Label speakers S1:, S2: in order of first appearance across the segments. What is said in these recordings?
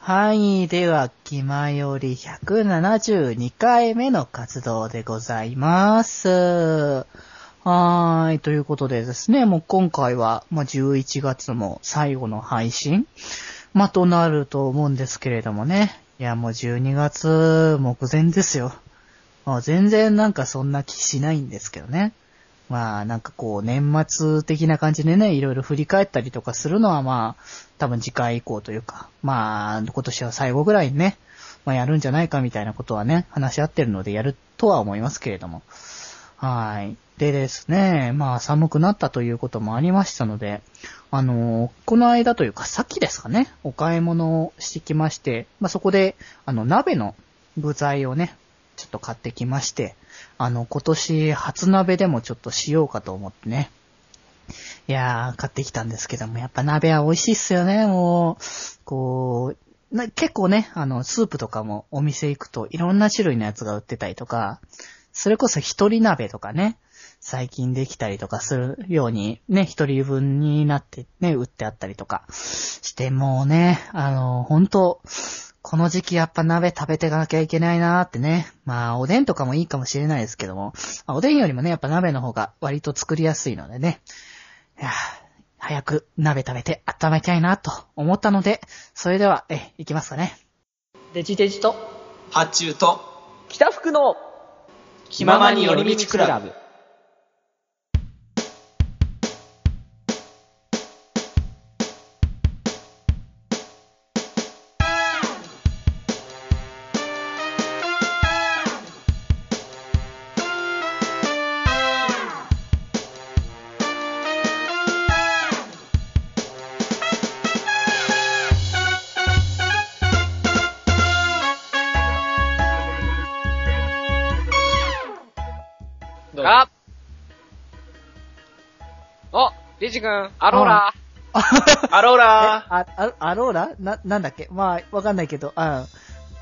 S1: はい。では、気前より172回目の活動でございます。はーい。ということでですね、もう今回は、まあ、11月も最後の配信、まあ、となると思うんですけれどもね。いや、もう12月目前ですよ。まあ、全然なんかそんな気しないんですけどね。まあ、なんかこう、年末的な感じでね、いろいろ振り返ったりとかするのはまあ、多分次回以降というか、まあ、今年は最後ぐらいにね、まあやるんじゃないかみたいなことはね、話し合ってるのでやるとは思いますけれども。はい。でですね、まあ寒くなったということもありましたので、あのこの間というか、さっきですかね、お買い物をしてきまして、まあそこで、あの、鍋の具材をね、ちょっと買ってきまして、あの、今年初鍋でもちょっとしようかと思ってね。いやー、買ってきたんですけども、やっぱ鍋は美味しいっすよね、もう。こう、な結構ね、あの、スープとかもお店行くといろんな種類のやつが売ってたりとか、それこそ一人鍋とかね、最近できたりとかするように、ね、一人分になってね、売ってあったりとかして、もうね、あの、本当この時期やっぱ鍋食べていかなきゃいけないなーってね。まあ、おでんとかもいいかもしれないですけども、まあおでんよりもね、やっぱ鍋の方が割と作りやすいのでね。いやー早く鍋食べて温めたいなと思ったので、それでは、え、いきますかね。
S2: デジデジと
S3: 発注と
S2: 北福の
S3: 気ままに寄り道クラブ
S4: あおデジ君、アローラ
S3: アロー ラ
S1: あ、あ、アローラな、なんだっけまあ、わかんないけど、あ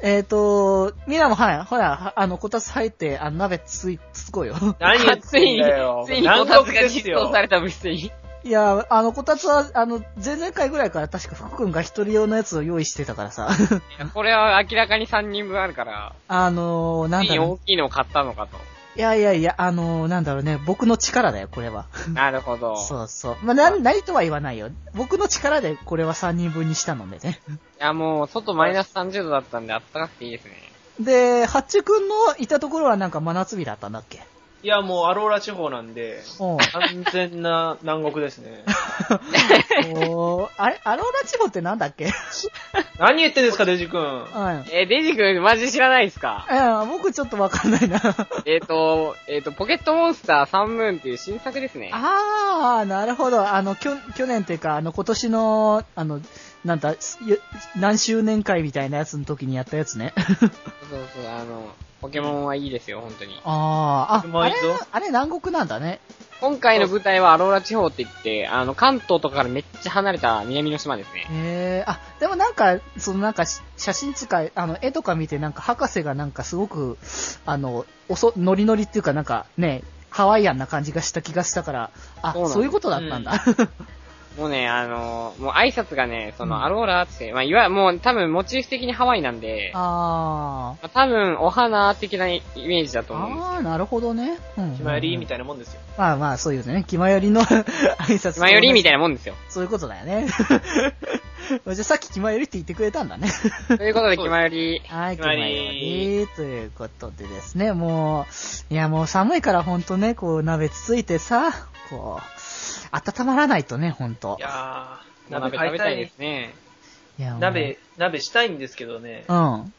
S1: えっ、と、みんなも、はい、ほら、はあの、こたつ入って、あの、鍋つい、つ こうよ。
S3: 何言って
S4: つい
S3: ん
S4: に
S3: だよ、
S4: ついにこ
S3: 南
S4: たつ
S3: 国
S4: が
S3: です
S4: 実装
S3: よ
S4: された物質に。
S1: いや、あの、こたつは、あの、前々回ぐらいから確か福君が一人用のやつを用意してたからさ。
S4: これは明らかに3人分あるから、
S1: あのー、な
S4: つ
S1: ん
S4: い
S1: だ
S4: に
S1: ろ
S4: 大きいのを買ったのかと。
S1: う。いやいやいや、あのー、なんだろうね、僕の力だよ、これは。
S4: なるほど。い
S1: そうそう。まあ、な、ないとは言わないよ。僕の力でこれは3人分にしたのでね。
S4: や、もう、外マイナス30度だったんで、暖かくていいですね。
S1: で、ハッチュ君のいたところはなんか真夏日だったんだっけ
S3: いや、もうアローラ地方なんで、
S1: おう
S3: 完全な南国ですね。
S1: おーあれアローラチボってなんだっけうん。
S3: 何言ってんですか、デジ君。
S1: え
S4: えーデジ君、マジ知らないですか
S1: 僕ちょっとわかんない な。
S4: えっ、と、えっ、と、ポケットモンスターサンムーンっていう新作ですね。
S1: ああ、なるほど。あの、きょ去年というか、あの、今年の、あの、なんだ、すよ何周年会みたいなやつの時にやったやつね。
S4: そうそう、あの、ポケモンはいいですよ、本当に。
S1: あーあ、
S3: も
S1: あ
S3: う
S1: れ
S3: 一度、
S1: あれ南国なんだね。
S4: 今回の舞台はアローラ地方って言って、あの、関東とかからめっちゃ離れた南の島です
S1: へ
S4: ね。
S1: えあ、でもなんか、そのなんかし、写真使い、あの、絵とか見て、なんか、博士がなんかすごく、あの、おそ、ノリノリっていうか、なんかね、ハワイアンな感じがした気がしたから、あ、
S4: そ
S1: そう
S4: うな
S1: ん
S4: だ
S1: いうことだったんだ。
S4: もうね、あのーもう挨拶がね、そ
S1: う
S4: の、
S1: ん
S4: アローラって、まあ、いわゆる、もう多分、モチーフ的にハワイなんで、ま
S1: あ
S4: あ、多分、お花的なイメージだ
S1: ー。
S4: と思うんです。
S1: あー、なるほどね。うん、
S3: ひまよりみた
S1: い
S3: いなもんですよ。
S1: な。まあまあ、そういうね。気まよりの 挨拶。
S4: まあ、よりみた
S1: い
S4: いなもんですよ。
S1: な。そういうことだよね。 じゃあさっき気まよりって言ってくれたんだね。
S4: ということ
S3: そ
S4: で、
S3: うです
S4: 決まより、
S1: はい、決
S3: 決ま
S1: ま
S3: り
S1: り。ということでですね、もう、いやもう寒いからほんとね、こう鍋つついてさ、こう、温まらないとね、ほんと
S3: い。やー、鍋
S4: 鍋食
S3: 買
S4: べ
S3: い
S4: た
S3: た
S4: いで
S3: い
S4: す。ね。
S1: いや、もう。
S3: 鍋、鍋したいんですけどね
S1: う、ん。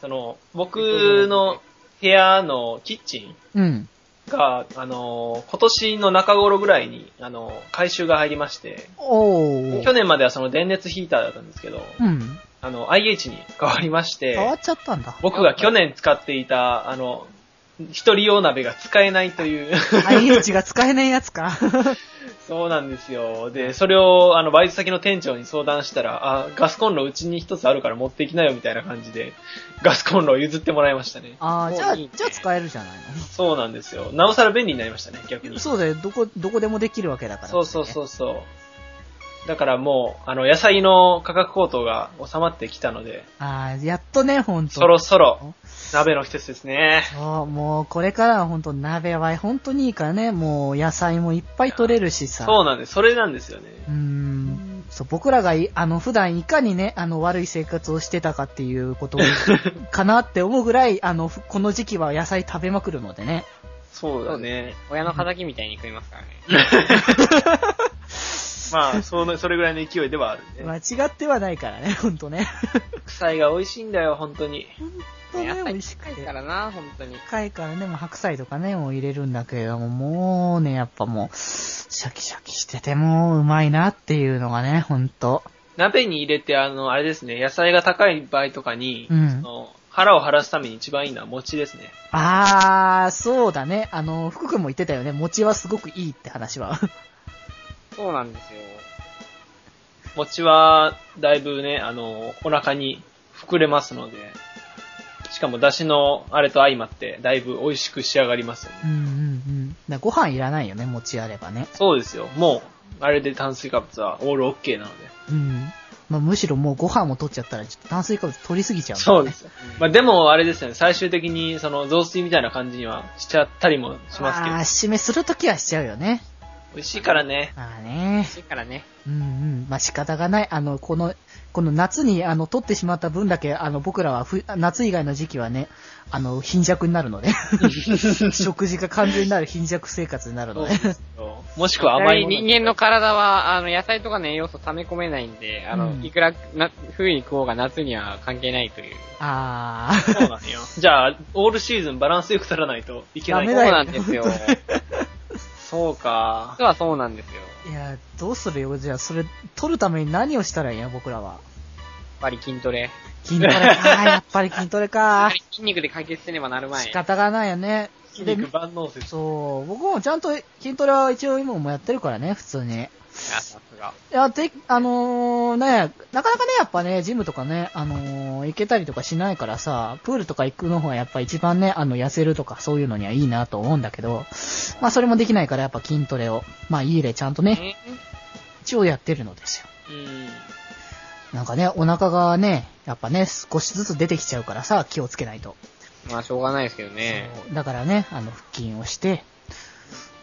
S3: その、僕の部屋のキッチ
S1: うん。
S3: ンが、あのー、今年の中頃ぐらいに、あのー、改修が入りまして、
S1: お
S3: 去
S1: ー。
S3: 年まではその電熱ヒーターだったんですけど、
S1: うん。
S3: あの、IH に変わりまして、
S1: 変わっちゃったんだ。
S3: 僕が去年使っていた、あの、一人用鍋が使えないという。
S1: IH が使えないやつか。
S3: そうなんですよ。で、それを、あの、バイト先の店長に相談したら、あ、ガスコンロうちに一つあるから持ってきなよみたいな感じで、ガスコンロを譲ってもらいましたね。
S1: ああ、じゃ
S4: も
S1: あ、
S4: ういいね
S1: じゃあ使えるじゃない
S3: そうなんですよ。なおさら便利になりましたね、逆
S1: の。
S3: に。
S1: そうだよ、どこ、どこでもできるわけだから。
S3: そうそう
S1: う。
S3: そうそう。だからもう、あの、野菜の価格高騰が収まってきたので、
S1: あーやっとね、ほんと。
S3: そろそろ、鍋の季節ですね。
S1: そう、もうこれからはほんと鍋は本当にいいからね、もう野菜もいっぱい取れるしさ。
S3: そうなんです。それなんですよね。
S1: うーんそう僕らがいあの普段いかにねあの悪い生活をしてたかっていう ことをかなって思うぐらいあのふこの時期は野菜食べまくるのでね
S3: そうだね。
S4: 親の仇みたいに食いますからね。
S3: まあ、その、それぐらいの勢いではあるね。
S1: 間違ってはないからねほんとね
S3: 白菜が美味しいんだよ、本当に。
S1: ほんとね
S4: やっぱ
S1: 美
S4: り
S1: 味しく
S4: 近い
S1: て
S4: からな、本当に。
S1: 深いからねもう白菜とかねもう入れるんだけれどももうねやっぱもうシャキシャキしててもううまいなっていうのがねほんと
S3: 鍋に入れて、あの、あれですね、野菜が高い場合とかに、
S1: うん
S3: その腹を晴らすために一番いいのは餅ですね。
S1: あーそうだねあの福君も言ってたよね餅はすごくいいって話は
S4: そうなんですよ。
S3: 餅は、だいぶね、あの、お腹に膨れますので、しかも出汁のあれと相まって、だいぶ美味しく仕上がりますよね。
S1: うんうんうんだからご飯いらないよね餅あればね
S3: そうですよ。もう、あれで炭水化物はオールオッケーなので。
S1: うん。まあ、むしろもうご飯も取っちゃったら、ちょっと炭水化物取りすぎちゃう、
S3: そうです。
S4: うん
S3: まあでも、あれですよね、最終的に、その、雑炊みたいな感じにはしちゃったりもしますけ
S1: ああー、
S3: ど、
S1: 締めするときはしちゃうよね。
S3: 美味しいからね。
S1: まあね。
S4: だからね。
S1: うんうん。まあ仕方がない。あの、この、この夏に、あの、取ってしまった分だけ、あの、僕らはふ、夏以外の時期はね、あの、貧弱になるの で。食事が完全になる貧弱生活になる
S3: そ
S1: の
S3: う
S1: で
S3: で。すよ。もしくは甘いも
S4: 人
S3: の。
S4: 間の体は、あの、野菜とかの栄養素溜め込めないんで、あの、
S1: うん
S4: いくら、な、冬に食おうが夏には関係ないという。
S1: ああ。
S3: そうなんよ。 じゃあ、オールシーズンバランスよく取らないといけない。
S1: ダ
S4: そ
S1: メ
S4: う
S1: だよ
S4: なんですよ。
S3: そうか。
S4: 実はそうなんですよ。
S1: いや、どうするよ。じゃあ、それ、取るために何をしたらいいの僕らは。
S4: やっぱり筋トレ。
S1: 筋トレか。やっぱり筋トレ
S4: や っ
S1: か
S4: ぱり。筋肉で解決せねばなるまい。
S1: 仕方がないよね。
S3: 筋肉万能説。
S1: そう、僕もちゃんと筋トレは一応今もやってるからね、普通に。い
S4: あさすが。
S1: や、て、あのーね、なかなかね、やっぱね、ジムとかね、あのー行けたりとかしないからさ、プールとか行くの方がやっぱ一番ね、あの、痩せるとかそういうのにはいいなと思うんだけど、まあそれもできないからやっぱ筋トレを、まあ家でちゃんとね、
S4: ね
S1: 一応やってるのですよ。
S3: うん。
S1: なんかね、お腹がね、やっぱね、少しずつ出てきちゃうからさ、気をつけないと。
S4: まあ、しょうがないですけどね。
S1: そうだからね、あの、腹筋をして、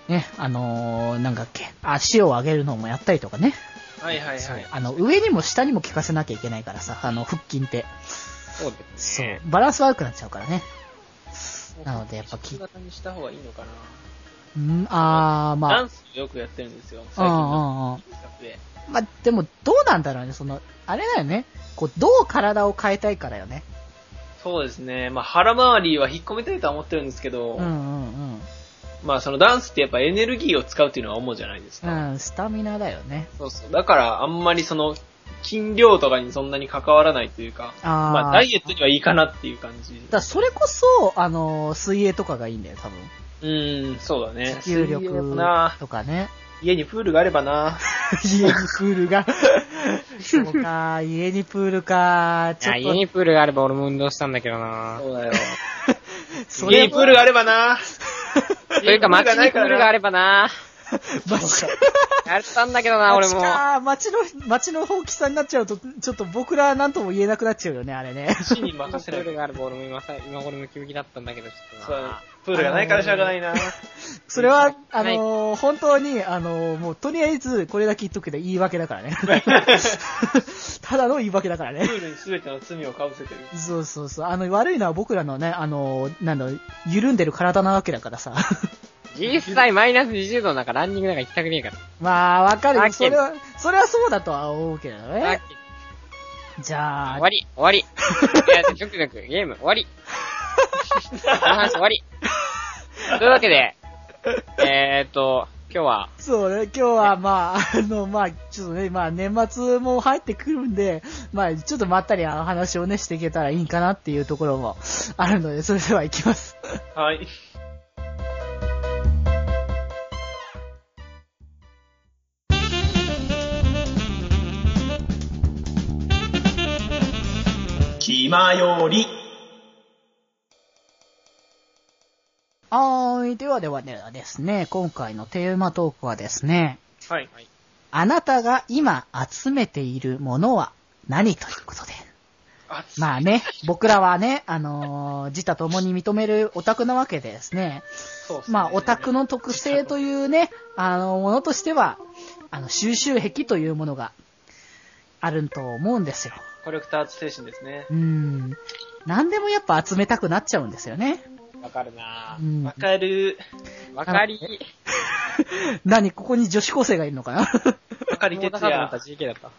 S1: ね、あのーなんだっけ、足を上げるのもやったりとかね。
S3: はいはい
S1: そ
S3: は
S1: う
S3: い。
S1: あの、上にも下にも効かせなきゃいけないからさ、あの、腹筋って。
S4: そうです
S1: そう
S4: ね。。
S1: バランス悪くなっちゃうからね。なのでやっぱ
S3: 筋
S1: 筋
S3: 型にした方がいいのかな。
S1: うん、あー、
S3: ダ
S1: ま
S3: ンスよくやってるんですよ。
S1: あ、う
S3: 最近の
S1: んうんうん。
S3: 企画で。
S1: まあ、でも、どうなんだろうね、その、あれだよね。こう、どう体を変えたいからよね。
S3: そうですね。まあ腹回りは引っ込めたいとは思ってるんですけど、
S1: うんうん
S3: まあそのダンスってやっぱエネルギーを使うっていうのは思うじゃないです
S1: う
S3: か。
S1: ん。うん、スタミナだよね。
S3: そうそう。だからあんまりその筋量とかにそんなに関わらないというか、
S1: あー
S3: まあダイエットにはいいかなっていう感じ。
S1: だからそれこそ、あのー水泳とかがいいんだよ、多分。
S3: うん、そうだ
S1: 持
S3: ね。
S1: 久
S3: 水泳も
S1: 力
S3: な。
S1: とかね。
S3: 家にプールがあればな。
S1: 家にプール が。そうか、家にプールか。ちょ
S4: あ、
S1: っ
S4: 家
S1: と、
S4: にプールがあれば俺も運動したんだけどな
S3: そうだよ。
S1: そ
S3: 家
S1: れ
S3: にプールがあ
S1: れ
S3: ればな。
S4: というか、街にプールがあ
S3: れ
S4: ればな
S1: ば、マジか。
S4: やったんだけどな俺も。
S1: 町の、町の放棄さんになっちゃうと、ちょっと僕らなんとも言えなくなっちゃうよね、あれ ね。
S3: 死に
S4: プ
S3: 任せな
S4: ール
S3: い。
S4: があれば俺も今さ、今頃ムキムキだったんだけど、ちょっと
S3: そう
S4: な
S3: プールがないからしょうがないな。
S1: それは、あ
S4: はい
S1: のー本当に、あのーもうとりあえずこれだけ言っとくけど言い訳だから ね。ただの言い訳だから
S3: プ
S1: ね。
S3: ールに全ての罪をかぶせてる。
S1: そうそうそう。あの、悪いのは僕らのね、あのーなんだろう、緩んでる体なわけだからさ。
S4: 実際マイナス20度なんかランニングなんか行きたくねえから。
S1: まあ、わかる
S4: だ
S1: よ。そ
S4: けど
S1: れは、それはそうだとは思うけど
S4: さっ
S1: ね。
S4: き
S1: じゃあ
S4: 終わ、り、終わり。いや、ちょくちょく、ゲーム、終わり。この話終わり。というわけで、えーっと、今日は、
S1: そうね、今日はまあ、あの、まあ、ちょっとね、まあ、年末も入ってくるんで、まあ、ちょっとまったりあの話をね、していけたらいいかなっていうところもあるので、それでは行きます。
S3: はい。気まより。
S1: はーい、ではではではですね、今回のテーマトークはですね、
S3: はい。
S1: あなたが今集めているものは何ということで。
S3: 熱い
S1: まあね、僕らはね、あのー自他共に認めるオタクなわけですね。
S3: そうっすね
S1: まあ、オタクの特性というね、あの、ものとしては、あの、収集癖というものがあると思うんですよ。
S3: コレクターズ精神ですね
S1: う。ーん。何でもやっぱ集めたくなっちゃうんですよね。
S4: わかるな
S1: う
S4: ぁ。
S1: ん
S3: わ。かる。
S4: わかり、
S1: 何ここに女子高生がいるのかな
S3: わかり
S4: もう
S3: 哲
S4: なかった
S3: 也。
S4: GK だった。い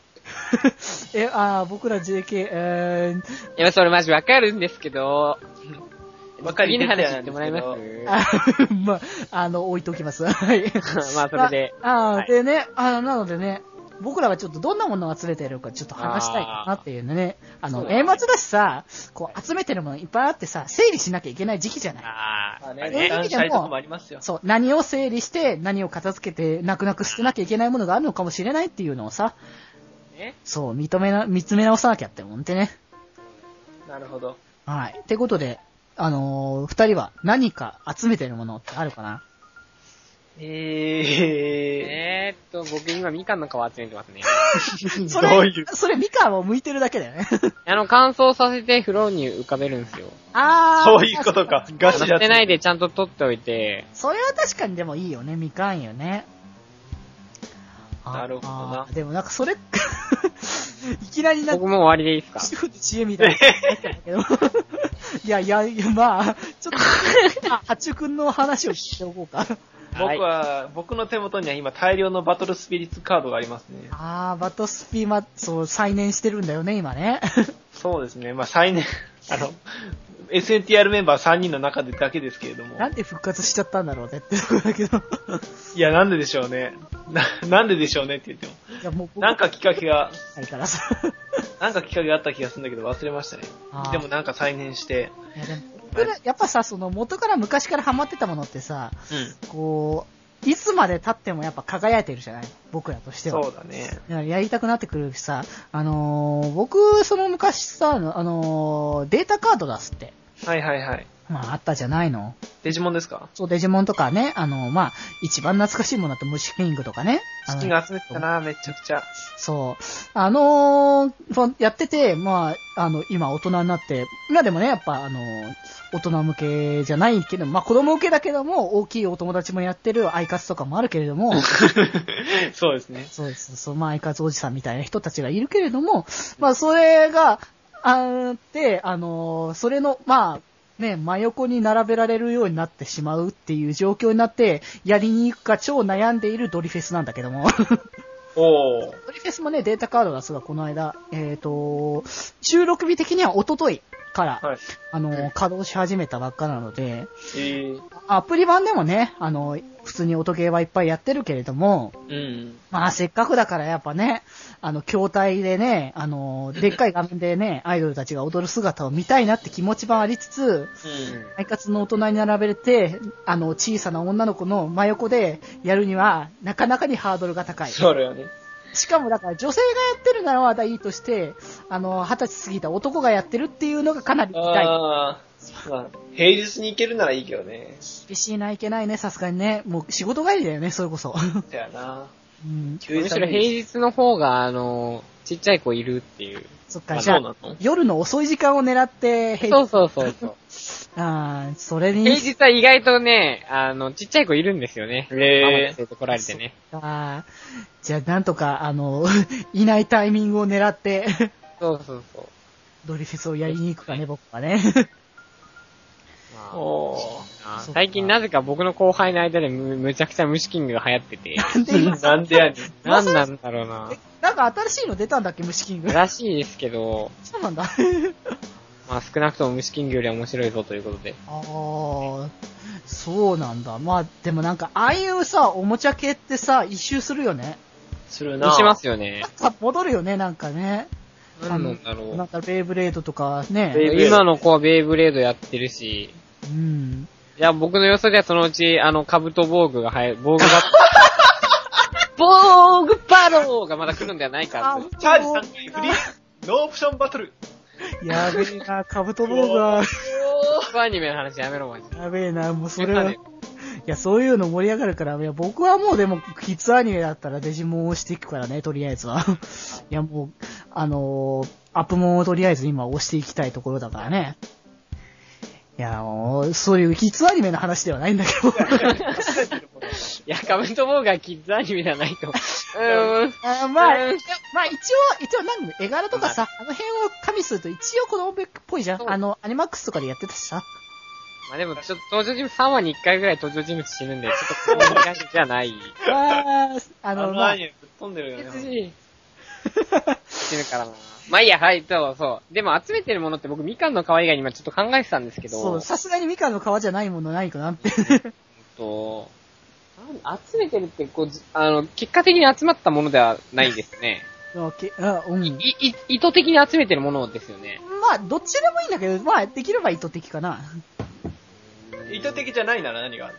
S1: え、あー僕ら JK、え
S4: や、それマジわかるんですけど、
S3: わかり
S4: 次の
S3: 哲
S4: 話
S3: 也
S4: 言
S3: な
S4: っ
S3: ん
S4: て
S3: ですけ
S4: もらえます
S3: ど。
S1: ー、あー まあ、あの、置いときます。はい。
S4: まあ、それで。
S1: ああ
S4: は
S1: ー、
S4: い
S1: でね、あの、なのでね、僕らはちょっとどんなものを集めてるかちょっと話したいかなっていうのね。あ
S4: そ
S1: の、
S4: うだね
S1: 年末だしさ、こう集めてるものいっぱいあってさ、整理しなきゃいけない時期じゃない。
S4: あ
S3: まあ
S4: あ、
S3: ね、
S1: え
S3: 断捨離とかもありますよ。
S1: そう、何を整理して、何を片付けて、泣く泣く捨てなきゃいけないものがあるのかもしれないっていうのをさ、
S4: ね
S1: そう、認めな、見つめ直さなきゃって思ってね。
S3: なるほど。
S1: はい。ってことで、あのー二人は何か集めてるものってあるかな
S3: え
S4: えーっと、僕今みかんの皮集めてますね。
S1: それ
S3: どういう
S1: それ、ミカンを向いてるだけだよ ね。
S4: あの、乾燥させて風呂に浮かべるんですよ。
S1: あ
S3: ー、
S1: ー。
S3: そういうことか。ガ
S4: 捨
S3: チ
S4: て
S3: だ
S4: ないでちゃんと取っておいて、
S1: それは確かにでもいいよね、みかんよね。あ
S3: なるほどな
S1: あーでもなんかそれ、い きなりなんか
S4: 僕、もう終わりでいいですか
S1: 主婦の知恵みたいな。けど いやいや、いやまあ、ちょっと、あ八中くんの話を聞いておこうか。
S3: 僕は、僕の手元には今大量のバトルスピリッツカードがありますね。
S1: あー、バトスピマ、そう、再燃してるんだよね、今ね。
S3: そうですね。ま あ最年、あの、SNTR メンバー3人の中でだけですけれども。
S1: なんで復活しちゃったんだろうねってとこだけ ど。
S3: いや、なんででしょうね。な、なんででしょうねって言っても。
S1: いや、もうここ
S3: なんかきっかけが、
S1: ないからさ。
S3: なんかきっかけがあった気がするんだけど忘れましたね
S1: あー。
S3: でもなんか再燃して。
S1: いや、でも、僕らやっぱさ、その元から昔からハマってたものってさ、
S3: うん。
S1: こう、いつまで経ってもやっぱ輝いてるじゃない僕らとしては。
S3: そうだね。
S1: だからやりたくなってくるしさ、あのー僕、その昔さ、あのあのーデータカード出すって、
S3: はいはいはい。
S1: まああったじゃないの。
S3: デジモンですか
S1: そう、デジモンとかね、あのーまあ、一番懐かしいものだと虫キングとかね。あ
S3: 資
S1: の
S3: 金が集めてたな、めちゃくちゃ。
S1: そう。あのーそうやってて、まあ、あの、今大人になって、今でもね、やっぱ、あのー大人向けじゃないけど、まあ、子供向けだけども、大きいお友達もやってるアイカツとかもあるけれども、
S3: そうですね。
S1: そうです。そう、まあ、相方おじさんみたいな人たちがいるけれども、まあ、それが、あって、あのーそれの、まあ、ね、真横に並べられるようになってしまうっていう状況になって、やりに行くか超悩んでいるドリフェスなんだけど も。
S3: おー。
S1: ドリフェスもね、データカード出すが、この間、えっ、と、収録日的には一昨日から、
S3: はい。
S1: あのー稼働し始めたばっかなので、
S3: えー、
S1: アプリ版でもね、あのー普通に音ゲーはいっぱいやってるけれども、
S3: うん。
S1: まあ、せっかくだからやっぱね、あの、筐体でね、あの、でっかい画面で ね、アイドルたちが踊る姿を見たいなって気持ちもありつつ、
S3: うん。
S1: アイカツの大人に並べれて、あの、小さな女の子の真横でやるには、なかなかにハードルが高い。
S3: そうだよね。
S1: しかもだから女性がやってるならまだいいとして、あの、二十歳過ぎた男がやってるっていうのがかなり痛い。
S3: あー。まあ、平日に行けるならいいけどね。
S1: 厳しいな、いけないね、さすがにね。もう仕事帰りだよね、それこそ。
S3: だよな。
S1: うん、
S3: 休
S4: む
S3: 日
S4: しろ平日の方が、あの、ちっちゃい子いるっていう。
S1: そっか、
S3: あ
S1: じゃ
S3: そう
S1: あ
S3: なの、
S1: 夜の遅い時間を狙って、平日
S4: そうそうそうそう。
S1: ああ、それに、
S4: 平日は意外とね、あの、ちっちゃい子いるんですよね。ママに
S3: え
S4: 連れてこられてね。
S1: あーじゃあ、なんとか、あの、 いないタイミングを狙って、
S4: そうそうそう。
S1: ドリフェスをやりに行くかね、僕はね。
S4: ま
S3: ー。
S4: あ
S3: お
S4: あ
S1: そっか
S4: 最近なぜか僕の後輩の間でむむちゃくちゃ虫キングが流行ってて。
S3: ー。なんでやねん。
S4: なんなんだろうな
S1: え。なんか新しいの出たんだっけ、虫キング。
S4: らしいですけど、
S1: そうなんだ。あ
S4: まあ少なくとも虫キングよりは面白いぞということで。
S1: あー、そうなんだ。まあ、でもなんか、ああいうさ、おもちゃ系ってさ、一周するよね。
S3: するな。
S4: しますよね。
S1: さ、戻るよね、なんかね。
S4: なんなんだ
S1: な
S4: ろ
S1: んか、ベイブレードとか
S3: ベイ
S1: ね。
S3: ブ
S4: う。
S3: レード
S4: 今の子はベイブレードやってるし、
S1: うん。
S4: いや、僕の予想ではそのうち、あの、カブト防具が流行、防具バトル。防具バローがまだ来るんではないかと。
S3: チャージさんフリー、ノーオプションバトル。
S1: やべえな、カブトボーグは。
S4: アニメの話やめろ、マジで。
S1: やべえな、もうそれは
S4: ね。
S1: や、そういうの盛り上がるから、いや、僕はもうでも、キッズアニメだったらデジモンを押していくからね、とりあえずは。 いや、もう、あのーアップモンをとりあえず今押していきたいところだからね。いや、もう、そういうキッズアニメの話ではないんだけど。
S4: いや、カブトボーがキッズアニメではないと。うーん。
S1: あーまあ、
S4: うん
S1: まあ一応、一応なんか絵柄とかさ、あの辺を加味すると一応子供っぽいじゃ。
S4: そうん
S1: あの、アニマックスとかでやってたしさ。
S4: まあでも、ちょっと登場人物、3話に1回ぐらい登場人物死ぬんで、ちょっとこういう感じじゃない。
S1: あーあ
S3: あ
S1: の、
S3: の
S1: まあ
S3: アニ、メぶっ飛んでるよね。
S4: 死ぬからな。まあいいや、はい、そうそう。でも集めてるものって僕、みかんの皮以外に今ちょっと考えてたんですけど、
S1: そう、さすがにみかんの皮じゃないものないかなって。
S4: と、なん集めてるって、こう、じあの、結果的に集まったものではないですね。
S1: あけあうん。
S4: い、い、意図的に集めてるものですよね。
S1: まあ、どっちでもいいんだけど、まあ、できれば意図的かな。
S3: 意図的じゃないなら何がある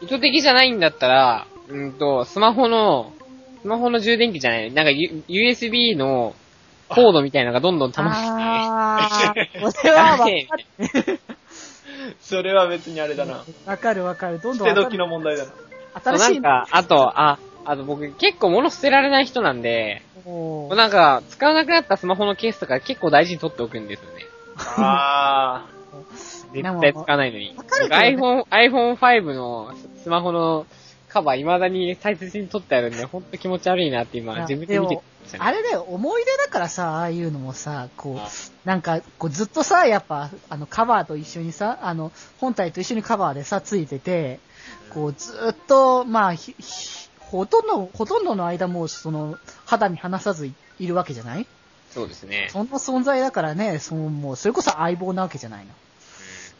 S3: の
S4: 意図的じゃないんだったら、うんと、スマホの、スマホの充電器じゃない、なんか、U、USB のコードみたいなのがどんどん溜まって
S1: あー、それはわかる
S3: それは別にあれ だな。
S1: わかるわかる。どんどん
S3: 捨て
S1: 新
S3: 時の問題だな。
S4: そう、な
S1: しい
S4: んか、あと、あ、あと僕結構物捨てられない人なんで、
S1: もう
S4: なんか、使わなくなったスマホのケースとか結構大事に取っておくんですよね。
S3: あ
S4: 絶対使わないのに。
S1: わかるけど
S4: iPhone、iPhone5 のスマホのカバー未だに大切に取ってあるんで、ほんと気持ち悪いなって今
S1: い、や
S4: 自分で見てき
S1: あ
S4: たね。
S1: れだよ、思い出だからさ、ああいうのもさ、こ
S4: あ
S1: う、なんか、こうずっとさ、やっぱ、あの、カバーと一緒にさ、あの、本体と一緒にカバーでさ、ついてて、こう、ずっと、まあ、ひひほとんど、ほとんどの間もう、その、肌身離さずいいるわけじゃない
S4: そうですね。
S1: そんな存在だからね、そのもう、それこそ相棒なわけじゃないの。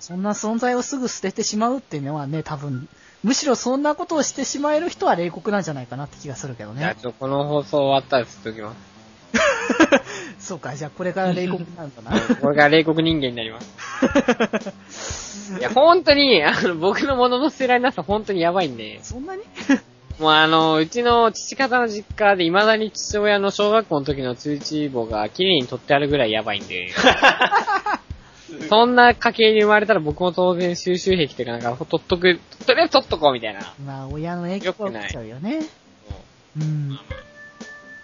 S1: そんな存在をすぐ捨ててしまうっていうのはね、多分、むしろそんなことをしてしまえる人は冷酷なんじゃないかなって気がするけど
S4: じゃあ
S1: ね。
S4: ちょっとこの放送終わったらずっときます。
S1: そうか、じゃあこれから冷酷になるんだな。
S4: これから冷酷人間になりま す。いや、ほんとに、あの、僕の物の捨てられなさほんとにやばいんで、
S1: そんなに
S4: もうあの、うちの父方の実家で未だに父親の小学校の時の通知簿が綺麗に取ってあるぐらいやばい んで、そんな家系に生まれたら僕も当然収集癖というかなんか、取っとく、とりあえず取っとこうみたいな。
S1: まあ、親の影響は受けちゃうよね。うん。い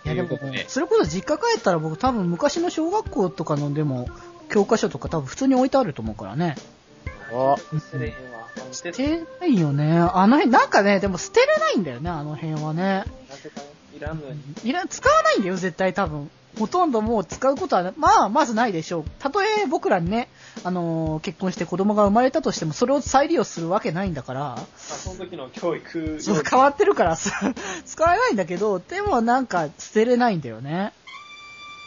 S1: や、で
S4: と
S1: も
S4: いうことで、
S1: それこそ実家帰ったら僕多分昔の小学校とかのでも、教科書とか多分普通に置いてあると思うからね。
S4: お
S3: あ。捨てれへんわ。捨て
S1: 捨てないよね。あの辺、なんかね、でも捨てれないんだよね、あの辺はね。
S3: なぜかねいらんのに。
S1: いら、使わないんだよ、絶対多分。ほとんどもう使うことはね、まあ、まずないでしょう。たとえ僕らにね、あのー結婚して子供が生まれたとしても、それを再利用するわけないんだから。
S3: まあ、その時の教育
S1: そう変わってるからさ、 使えないんだけど、でもなんか捨てれないんだよね。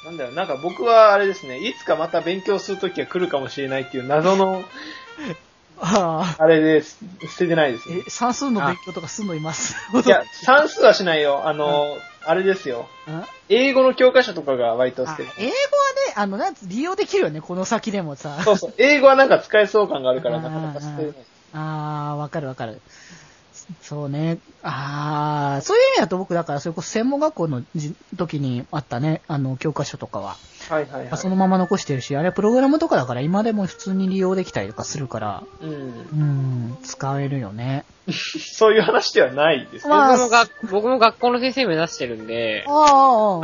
S3: なんだよ、なんか僕はあれですね、いつかまた勉強する時が来るかもしれないっていう謎の、
S1: ああ。
S3: あれです。捨ててないですね。
S1: え、算数の勉強とかすんのいます。
S3: いや、算数はしないよ。あの、あれですよ。
S1: うんあ
S3: 英語の教科書とかが割と捨て
S1: 英
S3: る
S1: 語は。ね、あの、なんつ利用できるよね、この先でもさ。
S3: そうそう。英語はなんか使えそう感があるから、なかなか捨てれない。
S1: ああ、わかるわかる。そうね。ああ、そういう意味だと僕、だから、それこそ専門学校のじ時にあったね、あの、教科書とかは。
S3: はいはい
S1: まあ
S3: は
S1: そ
S3: い。
S1: のまま残してるし、あれはプログラムとかだから、今でも普通に利用できたりとかするから、
S3: うん
S1: う。ん、使えるよね。
S3: そういう話ではないです。
S1: まあ
S4: 僕もが、僕も学校の先生目指してるんで
S1: あ、あ、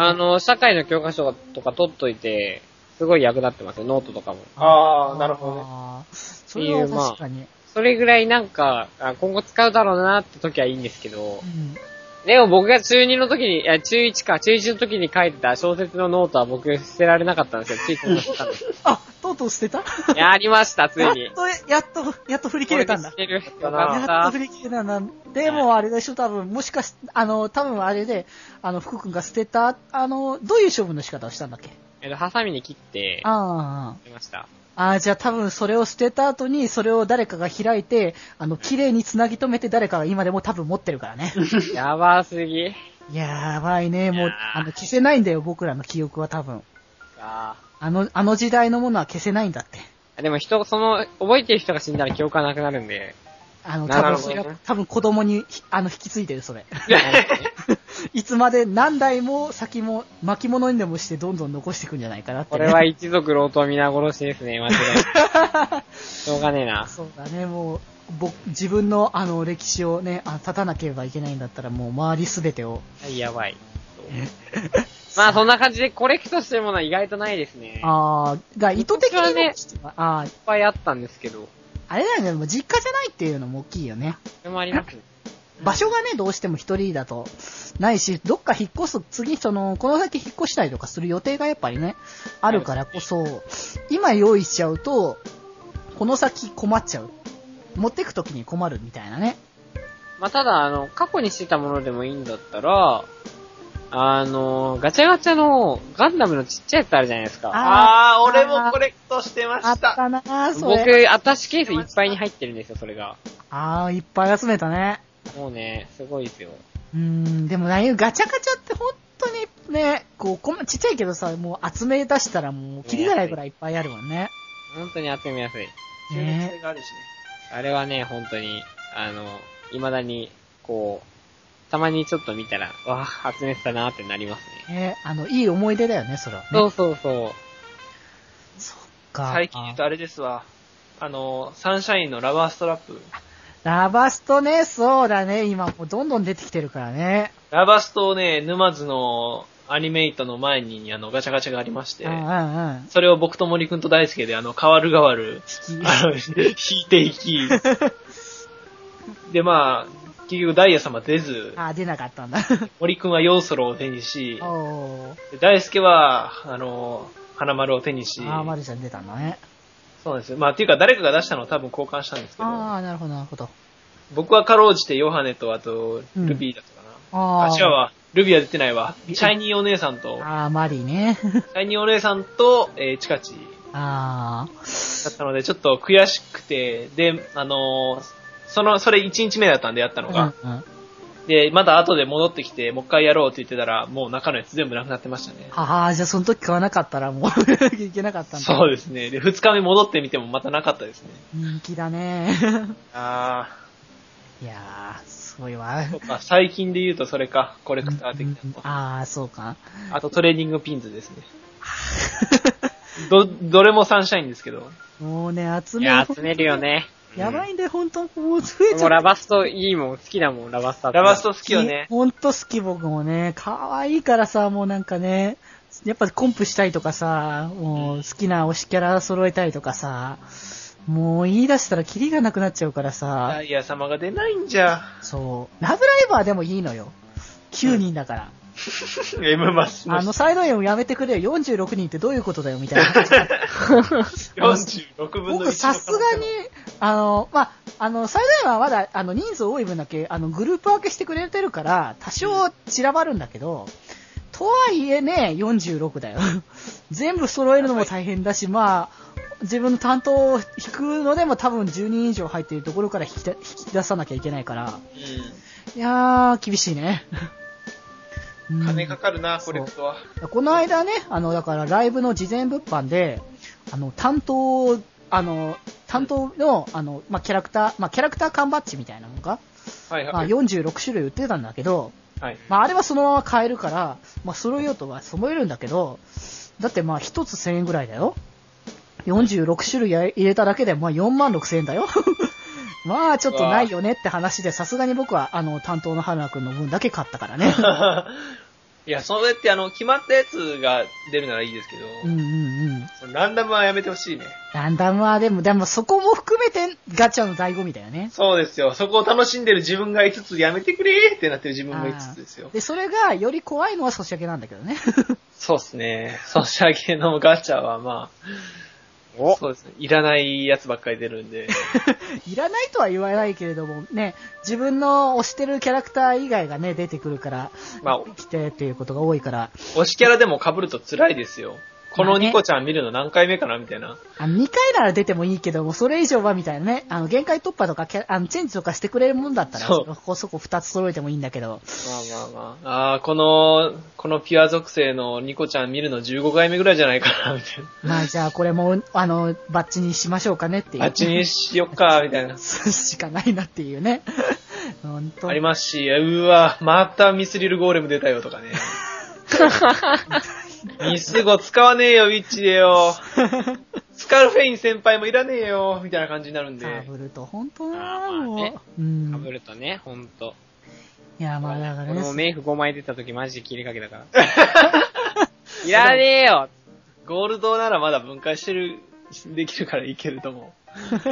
S1: ああ
S4: あの、社会の教科書とか取っといて、すごい役立ってますよ、ノートとかも。
S3: ああ、なるほどね。
S1: あーそれは確かに。
S4: それぐらいなんか、あ今後使うだろうなって時はいいんですけど
S1: う、ん
S4: でも僕が中2の時に、いや、中1か、中1の時に書いてた小説のノートは僕捨てられなかったんですよ、ついこのたんです。
S1: あ、とうとう捨てた
S4: いや、ありました、つい
S1: やっ
S4: に。
S1: と、やっと、やっと振り切れたんだ
S4: こ。れで捨てる。よ
S1: やっ
S4: か
S1: と
S4: っ
S1: 振り切れたんだ。でもあれでしょ、多分、もしかし、あの、多分あれで、あの、福君が捨てた、あの、どういう処分の仕方をしたんだっけ
S4: た。えっと、ハサミに切って、捨
S1: あ
S4: てました。
S1: あ、ああ、じゃあ多分それを捨てた後に、それを誰かが開いて、あの、綺麗に繋ぎ止めて誰かが今でも多分持ってるからね。
S4: やばすぎ。
S1: やばいね、も
S4: いうや、
S1: あ
S4: ー
S1: の、消せないんだよ、僕らの記憶は多分。
S4: あ
S1: あの、あの時代のものは消せないんだって。
S4: ーでも人、その、覚えてる人が死んだら記憶がなくなる んで。
S1: あの、
S4: な
S1: 多分
S4: るほど
S1: そ
S4: ね
S1: れは、多分子供に、ひあの、引き継いでる、それ。 いつまで何代も先も巻物にでもしてどんどん残していくんじゃないかなって、
S4: こ
S1: ね。
S4: れは 一族老頭皆殺しですね、間違いない。しょうがねえな。
S1: そうだね、もう、僕、自分のあの歴史をね、あ立たなければいけないんだったらもう周りすべてを。
S4: はい、やばい。まあそんな感じでコレクトしてるものは意外とないですね。いっ
S1: あー、が意図的
S4: 私は
S1: に、
S4: ね
S1: あー、
S4: ぱいあったんですけど。
S1: あれだよね、もう実家じゃないっていうのも大きいよね。
S4: それもありますね。
S1: 場所がね、どうしても一人だとないし、どっか引っ越す、次、その、この先引っ越したりとかする予定がやっぱりね、あるからこそ、今用意しちゃうと、この先困っちゃう。持ってくときに困るみたいなね。
S4: まあただ、あの、過去にしてたものでもいいんだったら、あの、ガチャガチャのガンダムのちっちゃいやつあるじゃないですか。
S3: あー、
S1: あー
S3: 俺もコレクトしてま
S1: あっ
S3: した。
S1: たなぁ、それ。
S4: 僕、アタッシュケースいっぱいに入ってるんですよ、それが。
S1: ああ、いっぱい集めたね。
S4: もうね、すごいですよ。
S1: うーん、でもああいうガチャガチャって本当にね、こう、こまちっちゃいけどさ、もう集め出したらもう、キリがないくらいいっぱいあるもんね。
S4: 本当に集めやすい。
S3: 中毒性
S1: ね
S3: があるしね。
S4: あれはね、本当に、あの、未だに、こう、たまにちょっと見たら、わあ集めてたなーってなりますね。
S1: ねあの、いい思い出だよね、それは、ね。
S4: そうそうそう。
S1: そっか。
S3: 最近言うとあれですわ。あの、サンシャインのラバーストラップ。
S1: ラバストね、そうだね。今もうどんどん出てきてるからね。
S3: ラバーストをね、沼津のアニメイトの前に、あの、ガチャガチャがありまして
S1: うん、うんうん。
S3: それを僕と森くんと大輔で、あの、変わる変わる、 あの、引いていき、で、まあ、結局ダイヤ様出ず、
S1: あ、出なかったんだ。
S3: 森くんはヨーソロを手にし、
S1: おー。
S3: で大輔は、あの、花丸を手にし、
S1: あー、マルちゃん出たんだね。
S3: そうなんですよ。まあ、っていうか誰かが出したのを多分交換したんですけど、
S1: あー、なるほど、なるほど。
S3: 僕はかろうじてヨハネと、あと、ルビーだったかな。
S1: あ
S3: あ、
S1: ー。
S3: 違うわ。ルビーは出てないわ。シャイニーお姉さんと、
S1: あー、マリーね。
S3: シャイニーお姉さんと、えーチカチ
S1: あー。
S3: だったので、ちょっと悔しくて、で、あのーその、それ1日目だったんでやったの
S1: う
S3: が、
S1: んうん。
S3: で、また後で戻ってきて、もう一回やろうって言ってたら、もう中のやつ全部なくなってましたね。
S1: ああ、じゃあその時買わなかったらもう いけなかったんだ。
S3: そうですね。で、2日目戻ってみてもまたなかったですね。
S1: 人気だ ね。
S3: あ
S1: いやー、すごいわ。
S3: ー、そうか、最近で言うとそれか、コレクター的なの。
S1: ああ、そうか。
S3: あとトレーニングピンズですね。ど、どれもサンシャインですけど。
S1: もうね、集
S4: い
S1: め
S4: や、集めるよ。ね。
S1: やばいんで、ほんと、もう増えち
S4: も
S1: ゃ
S4: う
S1: った
S4: ラバストいいもん、好きだもん、ラバスト。
S3: ラバスト好きよね。
S1: ほんと好き僕もね、可愛いからさ、もうなんかね、やっぱコンプしたいとかさ、もう好きな推しキャラ揃えたいとかさ、もう言い出したらキリがなくなっちゃうからさ
S3: ダ、イヤ様が出ないんじ ゃ。
S1: そう、ラブライバーでもいいのよ。9人だから。
S3: M マス
S1: あ
S3: の
S1: のサイド M やめてくれよ、46人ってどういうことだよ、みたいな。
S3: 46分の1の可能性も
S1: 僕、さすがに、あの、まあ、あの、サイド M はまだ、あの、人数多い分だけ、あの、グループ分けしてくれてるから、多少散らばるんだけど、とはいえね、46だよ。 全部揃えるのも大変だし、まあ、自分の担当を引くのでも多分10人以上入ってるところから引きだ引き出さなきゃいけないから、いやー、厳しいね。
S3: う。
S1: うんん
S3: 金かかるな、コレクトは。
S1: この間ね、あの、だからライブの事前物販で、あの、担当、あの、担当の、あの、まあ、キャラクター、まあ、キャラクター缶バッジみたいなのが、
S3: はい
S1: まあ、
S3: はい。
S1: 46種類売ってたんだけど、
S3: はい。
S1: まあ、あれはそのまま買えるから、まあ、揃えようとは揃えるんだけど、だってまあ、一つ1000円ぐらいだよ。46種類や入れただけで、まあ、4万6000円だよ。 まあ、ちょっとないよねって話で、さすがに僕は、あの、担当の春菜くんの分だけ買ったからね。
S3: いや、それってあの、決まったやつが出るならいいですけど、
S1: うんうんうん。
S3: そのランダムはやめてほしいね。
S1: ランダムはでも、でもそこも含めてガチャの醍醐味だよね。
S3: そうですよ。そこを楽しんでる自分が5つやめてくれーってなってる自分が5つですよ。
S1: で、それがより怖いのはソシャゲなんだけどね。
S3: そうですね。ソシャゲのガチャはまあ、
S4: お
S3: そうですね。いらないやつばっかり出るんで。
S1: いらないとは言わないけれども、ね、自分の推してるキャラクター以外がね、出てくるから、
S3: まあ、
S1: 来てっていうことが多いから、
S3: 推しキャラでも被ると辛いですよ。こ
S1: ま
S3: の
S1: あね
S3: ニコちゃん見るの何回目かなみたいな。
S1: あ2回なら出てもいいけども、それ以上はみたいなね、あの、限界突破とかキャ、あの、チェンジとかしてくれるもんだったら、
S3: そう
S1: そこそこ2つ揃えてもいいんだけど、
S3: まあまあまあ。ああー、この、このピュア属性のニコちゃん見るの15回目ぐらいじゃないかな、みたい
S1: まあじゃあこれも、あの、バッチにしましょうかねっていう。
S3: な。あっちにしよっか、みたい な。
S1: しかないなっていうね。本当
S3: ありますし、うわ、またミスリルゴーレム出たよ とかね。ミスゴ使わねえよ、ウィッチでよ。スカルフェイン先輩もいらねえよ、みたいな感じになるんで。
S1: かぶると本当だ
S4: あー
S1: な、
S4: まあ
S1: もう。
S4: ね
S1: うん。
S4: かぶるとね、ほんと。
S1: いや、まあだから
S4: 俺も
S1: ね、
S4: メイク5枚出た時マジで切れかけたから。 いらねえよ
S3: ゴールドならまだ分解してる、できるからいいけれども。
S4: って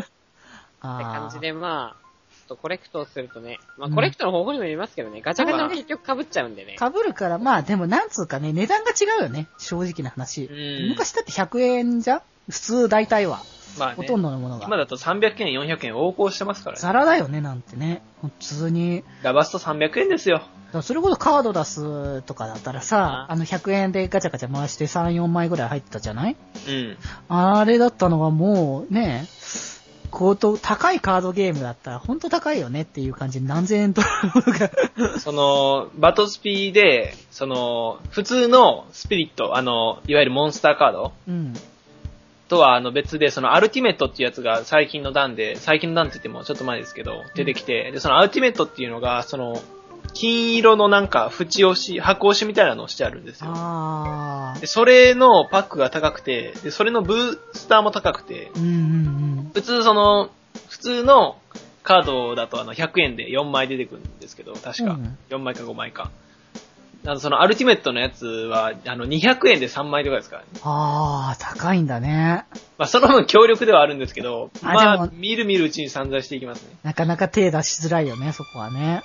S4: 感
S1: あ
S4: じ
S1: ー
S4: で、まあ、ちょっとコレクトをするとね、まあ
S1: うん
S4: コレクトの方法にもよりますけどね、ガチャガチャも結局被っちゃうんでね。
S1: かぶるから、まあでもなんつうかね、値段が違うよね、正直な話
S3: う。ん。
S1: 昔だって100円じゃん普通大体は、
S3: まあね、
S1: ほとんどのものが。
S3: 今だと300円、400円横行してますからね。
S1: ザラだよね、なんてね。普通に。
S3: ラバスト300円ですよ。
S1: だからそれこそカード出すとかだったらさ、
S4: あ
S1: あの100円でガチャガチャ回して3、4枚ぐらい入ってたじゃない
S3: うん。
S1: あれだったのがもうね、高騰、高いカードゲームだったらほんと高いよねっていう感じで何千円とものが。
S3: その、バトスピで、その、普通のスピリット、あの、いわゆるモンスターカード
S1: うん。
S3: とはあの別で、そのアルティメットっていうやつが最近の段で、最近の段って言ってもちょっと前ですけど、出てきて、で、そのアルティメットっていうのが、その、金色のなんか、縁押し、箱押しみたいなのをしてあるんですよ。
S1: ああ
S3: で、。それのパックが高くて、で、それのブースターも高くて、
S1: うんうん
S3: 普通その、普通のカードだとあの、100円で4枚出てくるんですけど、確か。
S1: うん
S3: 4枚か5枚か。あの、そのアルティメットのやつは、あの、200円で3枚とかですからね。
S1: うん。ああ、高いんだね。
S3: まあ、その分強力ではあるんですけど、
S1: あ
S3: ま
S1: でも
S3: あ、見る見るうちに散財していきますね。
S1: なかなか手出しづらいよね、そこはね。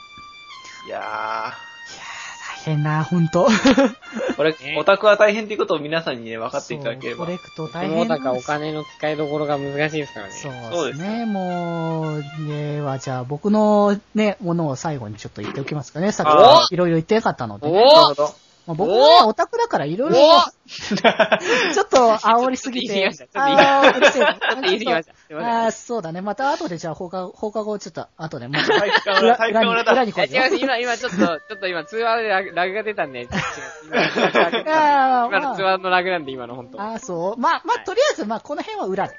S3: いや
S1: 大変な、ほんと。
S3: ー、これ、
S4: ね
S3: オタクは大変っていうことを皆さんにね、分かっていただければ。
S1: そうコレ
S3: そ
S1: クト
S4: そ
S1: 大
S4: の
S1: 変
S4: だか
S1: なん
S4: お
S1: です
S4: 金の使いどころが難しいですからね。
S1: そう
S3: そう
S1: で
S3: ですす
S1: ね、
S3: ね
S1: もう、では、じゃあ僕のね、ものを最後にちょっと言っておきますかね。さっ
S4: あ
S1: きいろいろ言ってなかったので。
S4: お
S1: ま
S4: お
S3: ど。
S1: あ、僕もね、オタクだからいろいろ、ちょっと煽りすぎ
S4: ちょ
S1: て
S4: っと。言い
S1: あーうるせえな
S4: 言い過ぎました。すい
S1: あ
S4: ま
S1: ー、そうだね。また後で、じゃあ放課後、放課後ちょっと後で、まあ、
S3: 体育館
S1: 裏
S3: 裏、体育館裏
S1: 裏に裏
S3: だ。
S1: に来
S4: せ
S1: い
S4: ん。いや違
S1: よ。
S4: う、今、今ちょっと、ちょっと今、通話でラグラグが出 たんで、違う今
S1: あー
S4: 今
S1: ま
S4: の
S1: あ
S4: 通話のラグなんで、今の本当。
S1: あー、そう。まあ、まあ、とりあえず、まあ、この辺は裏で。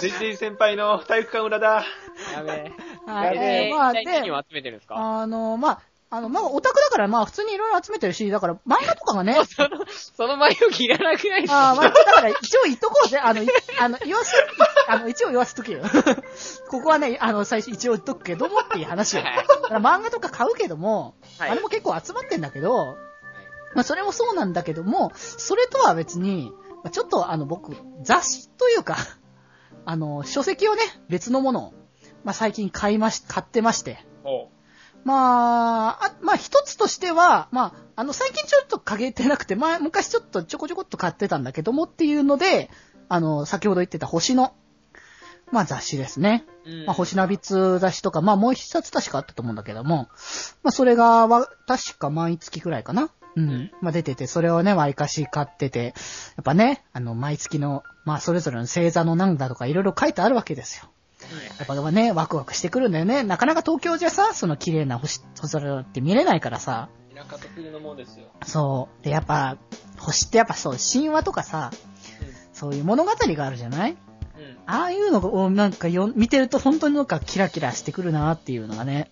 S3: ジジイ先輩の体育館裏だ。
S4: やべえ。
S1: は
S4: や
S1: い。
S4: べ
S1: え
S4: え。
S1: ーまあ、
S4: 一
S1: で、
S4: 体何を集めてるんですか
S1: あの、まあ、あの、まあ、オタクだから、まあ、普通にいろいろ集めてるし、だから、漫画とかがね、
S4: その、その前置きいらなくないです
S1: あ
S4: か
S1: あ、まあ、だから一応言っとこうぜ。あの、いあの、言わせ、あの、一応言わせとけよ。 ここはね、あの、最初一応言っとくけどもっていう話を。
S4: は
S1: だ
S4: い
S1: から漫画とか買うけども、
S4: はい
S1: あれも結構集まってんだけど、まあ、それもそうなんだけども、それとは別に、まあちょっとあの、僕、雑誌というか、 あの、書籍をね、別のものを、まあ、最近買いまし、買ってまして。
S3: おう
S1: まあ、あまあ一つとしては、まあ、あの最近ちょっと陰ってなくて、前、昔ちょっとちょこちょこっと買ってたんだけどもっていうので、あの、先ほど言ってた星の、まあ雑誌ですね。
S3: うん
S1: まあ星ナビツ雑誌とか、まあもう一冊確かあったと思うんだけども、まあそれがわ、確か毎月くらいかな。うん。
S3: うん
S1: まあ出てて、それをね、わりかし買ってて、やっぱね、あの、毎月の、まあそれぞれの星座のなんだとかいろいろ書いてあるわけですよ。やっぱね、ワクワクしてくるんだよね。なかなか東京じゃさ、その綺麗な星空って見れないからさ。
S3: 田舎特有のものですよ。
S1: そう。で、やっぱ、星ってやっぱそう、神話とかさ、そういう物語があるじゃない
S3: うん。
S1: ああいうのをなんかよ見てると本当になんかキラキラしてくるなっていうのがね。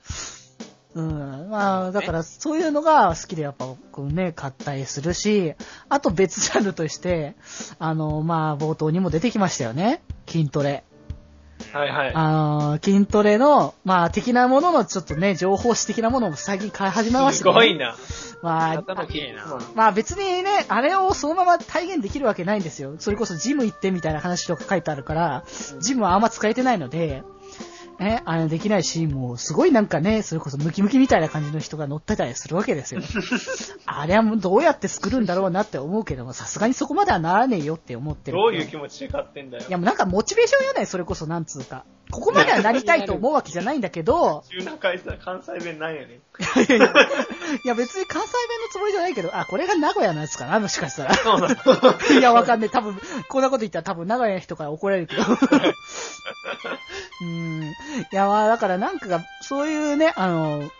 S1: うん。まあ、だからそういうのが好きでやっぱこうね、買ったりするし、あと別ジャンルとして、あの、まあ冒頭にも出てきましたよね。筋トレ。
S3: はいはい。
S1: あのー筋トレの、まあ、的なものの、ちょっとね、情報誌的なものを最近買い始めまし
S3: す
S1: た、ね。
S3: ごいな。
S1: まあ、
S3: 頭きれいな。
S1: まあ別にね、あれをそのまま体現できるわけないんですよ。それこそジム行ってみたいな話とか書いてあるから、ジムはあんま使えてないので、ね、あれできないし、もうすごいなんかね、それこそムキムキみたいな感じの人が乗ってたりするわけ ですよ。あれはもうどうやって作るんだろうなって思うけども、さすがにそこまではならねえよって思ってる。
S3: どういう気持ちで買ってんだよ
S1: い。やもうなんかモチベーションよね、それこそなんつうか。ここまではなりたいと思うわけじゃないんだけど、
S3: 急な会社、関西弁なんやねん。
S1: いや別に関西弁のつもりじゃないけど、あ、これが名古屋のやつかな、もしかしたら。
S3: そうなの。
S1: いや、わかんねえ。多分、こんなこと言ったら多分名古屋の人から怒られるけど。うん。いや、まあだからなんかが、そういうね、あの、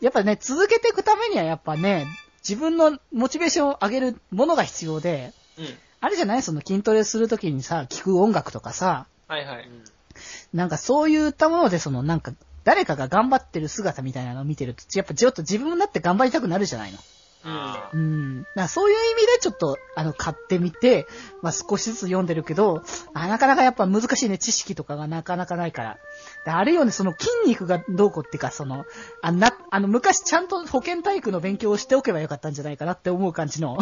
S1: やっぱね、続けていくためにはやっぱね、自分のモチベーションを上げるものが必要で、
S3: うん。
S1: あれじゃないその筋トレするときにさ、聴く音楽とかさ、
S3: はいはい。
S1: なんかそういったもので、そのなんか、誰かが頑張ってる姿みたいなのを見てると、やっぱちょっと自分だって頑張りたくなるじゃないの。
S3: うん。
S1: うん。だからそういう意味でちょっと、あの、買ってみて、まあ、少しずつ読んでるけど、あなかなかやっぱ難しいね、知識とかがなかなかないから。であれよね、その筋肉がどうこうっていうか、その、あな、あの、昔ちゃんと保健体育の勉強をしておけばよかったんじゃないかなって思う感じの、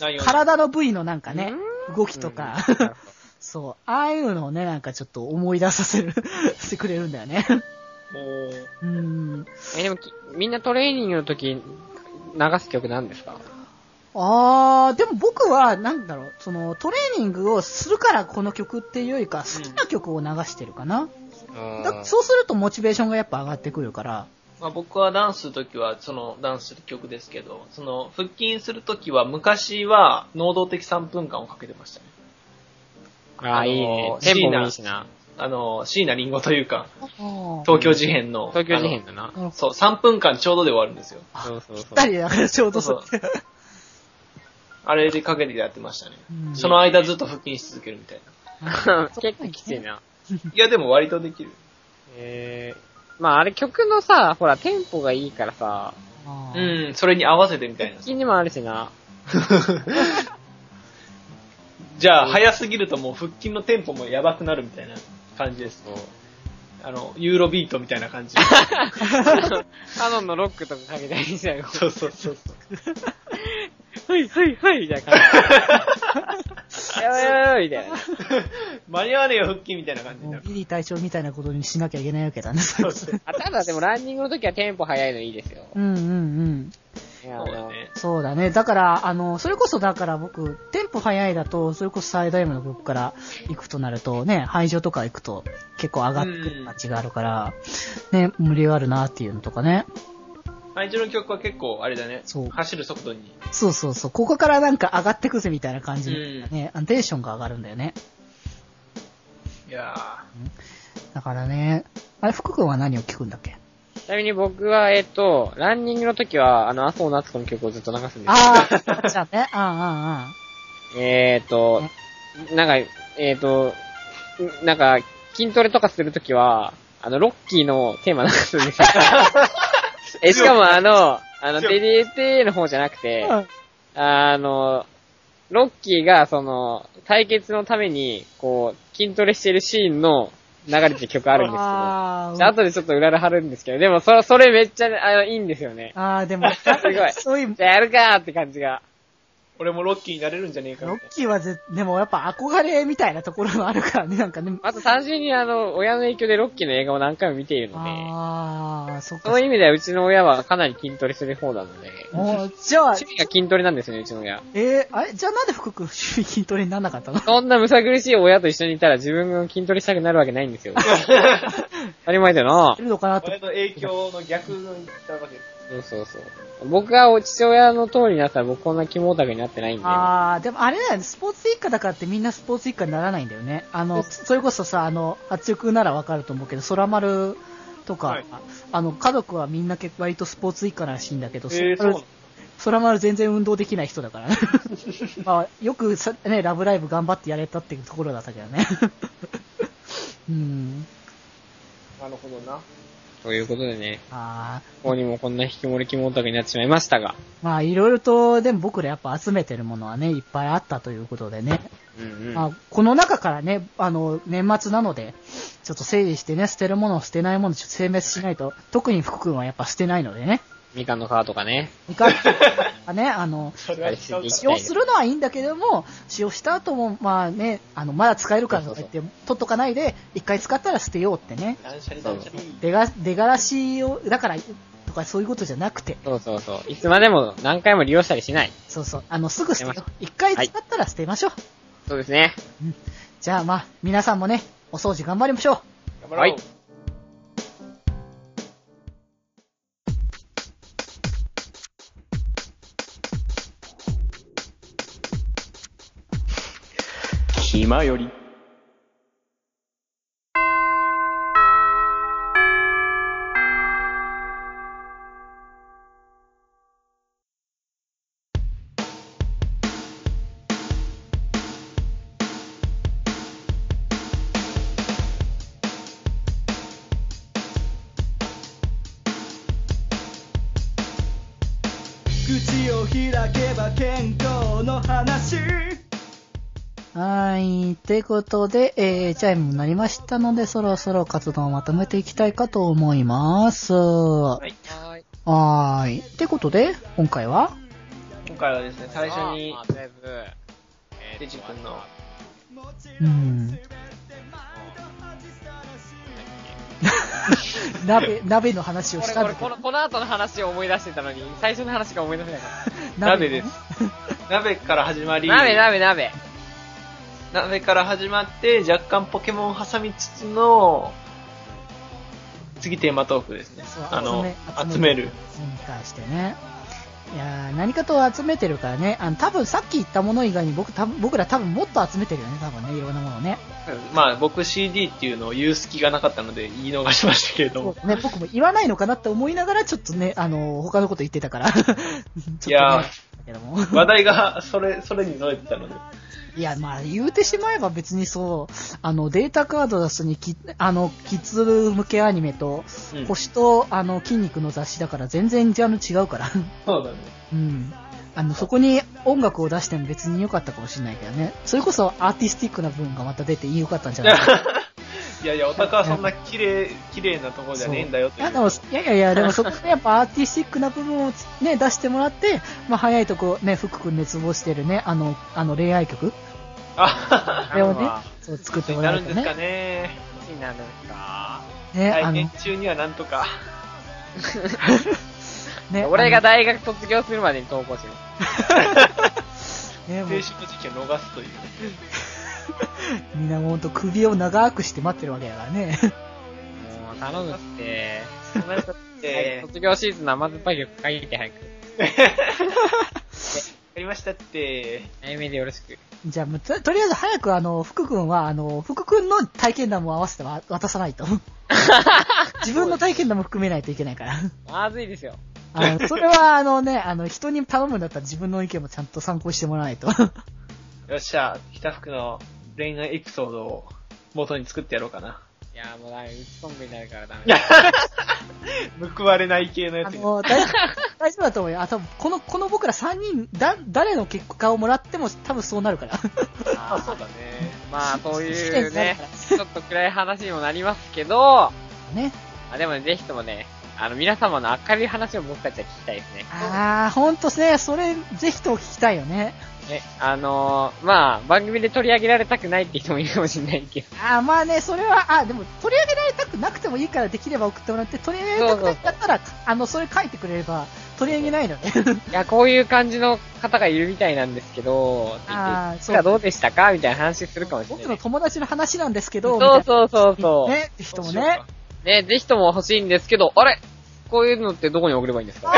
S3: 内容
S1: 体の部位のなんかね、動きとか、
S4: うんなるほど
S1: そう、ああいうのをね、なんかちょっと思い出させる、してくれるんだよね。
S3: も
S1: う
S3: う、
S1: ん。
S4: え、でもき、みんなトレーニングの時、流す曲なんですか
S1: あー、でも僕は、なんだろう、その、トレーニングをするからこの曲っていうよりか、好きな曲を流してるかな。だそうするとモチベーションがやっぱ上がってくるから。
S3: まあ、僕はダンスするときは、その、ダンスする曲ですけど、その、腹筋するときは、昔は、能動的3分間をかけてましたね。
S4: ああ、いいね。
S3: シーナ
S4: テンポもいいしな。
S3: あの、椎名林檎というか、
S1: 東
S3: 東京事変の。
S4: 東京事変だな。
S3: あの。そう、3分間ちょうどで終わるんですよ。
S4: そ うそうそう。
S1: 二人でだからちょうどそう。
S3: そうあれでかけてやってましたね。
S1: うん
S3: その間ずっと腹筋し続けるみたいな。
S4: 結構きついな。
S3: いや、でも割とできる。
S4: えー、まああれ曲のさ、ほら、テンポがいいからさ、
S1: あー
S3: うん、それに合わせてみたいな
S4: 腹。筋にもあるしな。
S3: じゃあ、早すぎるともう腹筋のテンポもやばくなるみたいな感じです。あの、ユーロビートみたいな感じ。
S4: カノンのロックとかかけたりした よ。
S3: そうそうそうそう。
S4: はいはいはいみたいな感じ。や ばいやばいやばいみたいな。
S3: 間に合わねえよ、腹筋みたいな感じに
S1: も
S3: な
S1: う
S3: る。
S1: ビリー隊長みたいなことにしなきゃいけないわけだね。
S3: そうそう。
S4: あただでもランニングの時はテンポ早いのいいですよ。
S1: うんうんうん。
S4: い
S3: そ
S4: やあ
S3: うだ
S4: の
S3: ね。
S1: そうだね。だから、あの、それこそだから僕、テンポ早いだと、それこそサイダイムの曲から行くとなると、ね、排除とか行くと結構上がってくる感じがあるから、ね、無理があるなっていうのとかね。
S3: 愛情の曲は結構、あれだね
S1: そう。
S3: 走る速度に。
S1: そうそうそう。ここからなんか上がってくぜみたいな感じで、ね、あのテンションが上がるんだよね。
S3: いや
S1: だからね、あれ、福君は何を聞くんだっけ
S4: ちなみに僕は、えっと、ランニングの時は、あの、麻生夏子の曲をずっと流すんですよ
S1: あ あ、じゃあね、あ
S4: えーと、なんか、えーと、んなんか、筋トレとかするときは、あの、ロッキーのテーマ流すんですよ。え、しかもあの、あの、
S3: 強い
S4: デデデの方じゃなく
S1: ー
S4: て
S1: あ、ー、あ
S4: あの、ロッキーが、その、対決のために、こう、筋トレしてるシーンの流れてる曲あるんです
S1: あー
S4: けど、で後でちょっと裏で貼るんですけど、でもそ、それめっちゃ、あの、いいんですよね。
S1: あー、でも、
S4: すごい
S1: そういう
S4: じ、ゃあやるかーって感じが。
S3: 俺もロッキーになれるんじゃねえか
S1: ロ
S3: み
S1: ッ
S3: たいな。
S1: キーはぜ、でもやっぱ憧れみたいなところもあるからね、なんかね。
S4: あと単純にあの、親の影響でロッキーの映画を何回も見ているので、
S1: ああ、そっ
S4: そ
S1: か
S4: の。意味ではうちの親はかなり筋トレする方なので、
S1: もう、じゃあ
S4: 趣、味が筋トレなんですよね、うちの親。
S1: えー、あれ、じゃあなんで福君、趣味筋トレにならなかっ たの
S4: そんなむさ苦しい親と一緒にいたら自分が筋トレしたくなるわけないんで
S1: 。
S4: すよ。当たり前だよない
S1: るのかなと
S3: 俺。の影響の逆の言ったわけです。
S4: そうそうそう。僕がお父親の通りになったら僕こんな肝オタクになってないんで。
S1: ああ、でもあれだよね、スポーツ一家だからってみんなスポーツ一家にならないんだよね。あの、それこそさ、あの、圧力ならわかると思うけど、空丸とか、
S3: はい
S1: あの、家族はみんな結構割とスポーツ一家らしいんだけど、
S3: えー、そうなの
S1: 空丸全然運動できない人だ からね。まあ、よくさ、ね、ラブライブ頑張ってやれたっていうところだったけどね。 うん。
S3: なるほどな。
S4: ということでね、
S1: ああ。
S4: ここにもこんな引き盛り肝オタクになってしまいましたが、
S1: まあ、いろいろと、でも僕らやっぱ集めてるものはね、いっぱいあったということでね。
S4: うんうん。
S1: まあ、この中からね、あの、年末なので、ちょっと整理してね、捨てるもの、捨てないもの、ちょっと選別しないと、特に福君はやっぱ捨てないので ね。
S4: みかんの皮とかね。
S1: いかんね、あの、
S3: それ
S4: あ
S3: は
S4: れし
S3: 使
S4: て
S3: う
S4: いき
S1: 使
S4: た
S1: 用
S4: いです
S1: るのはいいんだけども、使用した後も、まあね、あの、まだ使えるからとか言って、取っとかないで、一回使ったら捨てようってね。
S3: 断捨離断捨離。
S1: 出が、出がらしを、だから、とかそういうことじゃなくて、
S4: そうそうそう。いつまでも何回も利用したりしない。
S1: そうそう、あの、すぐ捨て
S4: 捨
S1: よ
S4: て
S1: う。一回使ったら捨てましょう。
S4: そうですね。
S1: じゃあまあ、皆さんもね、お掃除頑張りましょう。
S3: 頑張ろう。
S4: はい
S5: 暇より
S6: 口を開けば健康の話
S1: はい。ってことで、えー、チャイムになりましたので、そろそろ活動をまとめていきたいかと思います。は
S3: はい。
S4: はい。
S1: ーい。ってことで、今回は
S3: 今回はですね、最初に
S4: まあ、とりあえず、え
S3: デジ君の
S1: うん。 鍋、鍋の話を
S4: こ
S1: し
S4: れ
S1: た
S4: こ
S1: んだ
S4: れ
S1: け
S4: こ
S1: ど
S4: の、この後の話を思い出してたのに、最初の話が思い出せなかっ
S3: 鍋
S1: の
S3: で
S1: ね
S3: す。鍋から始ま
S4: た。
S3: り、
S4: 鍋鍋鍋。
S3: 鍋から始まって、若干ポケモンを挟みつつの、次テーマトークですね
S1: そう。
S3: あの
S1: 集、め
S3: 集める。
S1: に対してね。いやー何かと集めてるからね。あの、多分さっき言ったもの以外に僕、多分僕ら多分もっと集めてるよね、多分ね、いろんなものをね。
S3: まあ僕 CD っていうのを言う隙がなかったので言い逃しましたけれども。
S1: ね、僕も言わないのかなって思いながら、ちょっとね、あの、他のこと言ってたから。ちょっ とね
S3: いやー
S1: だけども。
S3: 話題が、それ、それに乗れてたので。
S1: いや、まあ、言うてしまえば別にそう、あの、データカード出すにき、あの、キッズ向けアニメと、
S3: うん
S1: 星と、あの、筋肉の雑誌だから全然ジャンル違うから。
S3: そうだね。
S1: うん。あの、そこに音楽を出しても別に良かったかもしれないけどね。それこそアーティスティックな部分がまた出て良かったんじゃないかな。
S3: いやいや、おたかはそんな綺麗、綺麗なところじゃねえんだよっ
S1: い
S3: てい
S1: や、
S3: う
S1: でも、いやいやいや、でもそこでやっぱアーティスティックな部分をね、出してもらって、まあ、早いとこね、福君熱望してるね、あの、あの恋愛曲、
S3: あ、
S1: あれをね
S4: なるわ、
S1: そう作って
S3: に
S1: も
S3: な
S1: ら
S3: る
S1: え
S3: ん
S1: て
S3: ですか
S1: ね。
S3: ね。
S4: 気になるんですか
S1: ね、あ
S3: 来
S1: の、
S3: 年
S1: ね、
S3: 中にはなんとか。
S4: 俺が
S1: だ
S4: 大学卒業するまでに投稿してる。
S1: ね、
S3: 青
S1: もう
S3: 春の時期を逃すというね。
S1: みんなもうほんと首を長くして待ってるわけだからね。
S4: もう頼むって。
S3: なんかって、わ
S4: 卒業シーズンの甘酸っぱい曲書いて早く。
S3: かりましたって。
S4: 早めでよろしく。
S1: じゃあ、もうととりあえず早くあの、福君は、あの、福君の体験談も合わせてわ渡さないと。自分の体験談も含めないといけないから。
S4: まずいですよ。
S1: あの、それはあのね、あの、人に頼むんだったら自分の意見もちゃんと参考にしてもらわないと。
S3: よっしゃ、北福の恋愛エピソードを元に作ってやろうかな。
S4: いやもうダメ、うちソングになるからダメ。
S3: 報われない系のや
S1: あ
S3: つに。
S1: の、大丈夫、大丈夫だと思うよ。あ、多分、この、この僕ら3人、だ、誰の結果をもらっても多分そうなるから。
S3: あ、そうだね。
S4: まあ、そう
S1: 試
S4: いう
S1: 験になる
S4: ね
S1: か、
S4: ちょっと暗い話にもなりますけど、
S1: ら。 ね。
S4: あでもね、ぜひともね、あの、皆様の明るい話を僕たちは聞きたいですね。
S1: あー、ほんとね、それ、ぜひとも聞きたいよね。
S4: ね、あのー、まあ、番組で取り上げられたくないって人もいるかもしれない けど、
S1: あー、まあね、それは、あ、でも、取り上げられたくなくてもいいから、できれば送ってもらって、取り上げられたくなかったら、あの、それ書いてくれれば、取り上げないのね。
S4: いや、こういう感じの方がいるみたいなんですけど、って言って
S1: あー
S4: それはどうでしたかみたいな話するかもしれ
S1: 僕
S4: な
S1: の
S4: い。
S1: 友達の話なんですけど、
S4: そう
S1: う
S4: そうそうそう。
S1: ね、ぜひともね。
S4: ね、ぜひとも欲しいんですけど、あれこういうのってどこに送ればいいんですか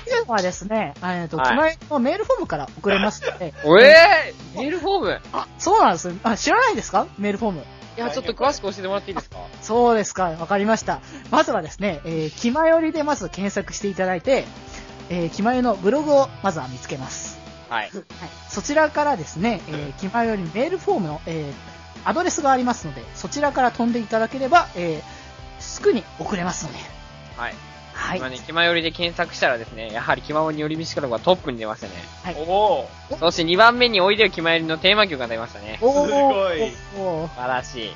S1: っていうのはですね、えっと、
S4: はい
S1: きまえのメールフォームから送れますので、
S4: おえー、メールフォーム
S1: あ、そうなんですよあ、知らないですかメールフォーム。
S4: いや、ちょっと詳しく教えてもらっていいですか
S1: そうですか、わかりました。まずはですね、えー、気まよりでまず検索していただいて、えー、気まよりのブログをまずは見つけます。
S4: はい。
S1: はい。そちらからですね、えー、気まよりメールフォームの、えー、アドレスがありますので、そちらから飛んでいただければ、えー、すぐに送れますので、
S4: はい。
S1: はい。
S4: 今ね、気まよりで検索したらですね、やはり気まよりに寄り道クラブがトップに出ましたね。
S1: はい
S3: おお
S4: そして2番目においでよ気まよりのテーマ曲が出ましたね。
S1: おー
S3: すごい
S1: おー
S4: 素晴らしい。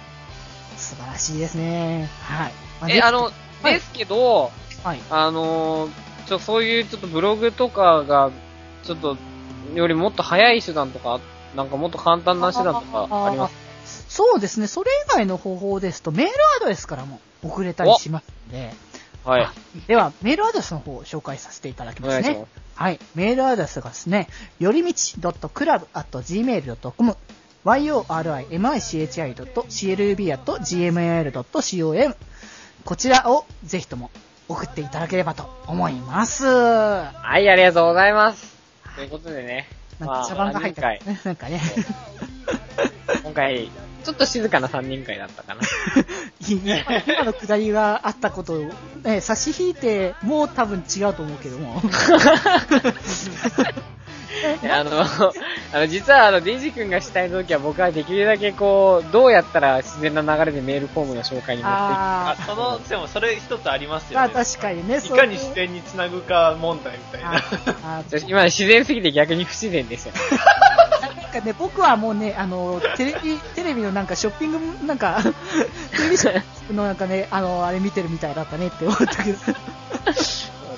S1: 素晴らしいですね。はい。ま
S4: え、あ、の、
S1: はい
S4: ですけど、
S1: はい。
S4: あのー、ちょ、そういうちょっとブログとかが、ちょっと、よりもっと早い手段とか、なんかもっと簡単な手段とかあります
S1: すそうですね。それ以外の方法ですと、メールアドレスからも送れたりしますので、
S4: はい。
S1: では、メールアドレスの方を紹介させていただき
S4: お
S1: ます
S4: 願いし
S1: ね
S4: ま。す。
S1: はい。メールアドレスがですね、よりみち .club.gmail.com、yorimichi.club.gmail.com、こちらをぜひとも送っていただければと思います。な
S4: はい、ありがとうございます。ということでね、
S1: んか茶番が入った
S4: まあ
S1: ね、なんかね。
S4: 今回、ちょっと静かな3人会だったかな。
S1: 今今のくだりがあったことを、ね、 差し引いて、もう多分違うと思うけども。
S4: あの、 あの、実はあの、デイジ君がしたい時は僕はできるだけこう、どうやったら自然な流れでメールフォームの紹介に持っていく
S3: あ
S1: あ、
S3: その、でもそれ一つありま す
S1: ま
S3: よ
S1: あ
S3: ね。
S1: 確かにね、
S3: いかに自然につなぐか問題みたい
S1: あ
S3: な。
S1: あ
S4: ちょ今自然すぎて逆に不自 然ですよ。
S1: なんかね、僕はもうね、あの、テレビ、テレビのなんかショッピング、なんか、テレビショップのなんかね、あの、あれ見てるみたいだったねって思ったけど。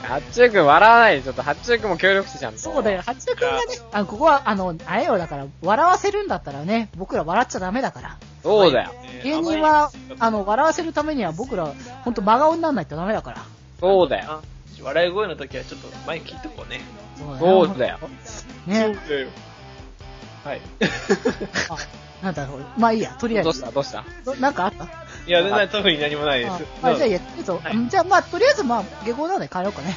S4: 八中君笑わないで、ちょっと八中君も協力してちゃんと。
S1: そうだよ、八田君がね、あここは、あの、あれよ、だから、笑わせるんだったらね、僕ら笑っちゃダメだから。
S4: そうだよ。
S1: 芸人は、あの、笑わせるためには僕ら、ほんと真顔にならないとダメだから。
S4: そうだよ。
S3: あ笑い声の時はちょっと前切っとこうね。
S1: そ
S4: そうだよ。
S1: ね。
S3: だよ。はい。
S1: あ、なんだろう。まあいいや、とりあえ
S4: どう
S1: ず
S4: し。たどうした
S1: どなんかあった
S3: いや、全然特に何もないで
S1: あ
S3: す。
S1: あじゃあやってるぞ。うんじゃあまあ、とりあえずまあ、下校なので帰ろうかね。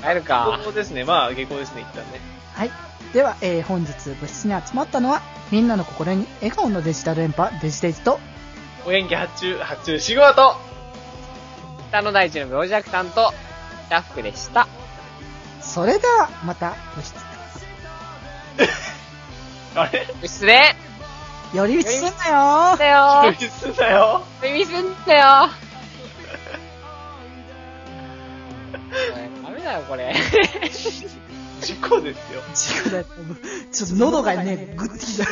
S4: 帰るか
S3: 下。校ですね。まあ、下校ですね、一旦ね。
S1: はい。では、えー本日部室に集まったのは、みんなの心に笑顔のデジタル連波、デジデジと、
S3: お元気発注、発注、仕事
S4: 北の大地の病弱さんと、スタッフでした。
S1: それでは、また部室、
S3: あれ
S4: 失礼
S1: 寄り道すんなよ
S4: だ よ
S3: 処理すんなよ。
S4: 耳すんだよダメだよ、これ。
S3: 事故ですよ。
S1: ちょっと喉がね、ぐってきた。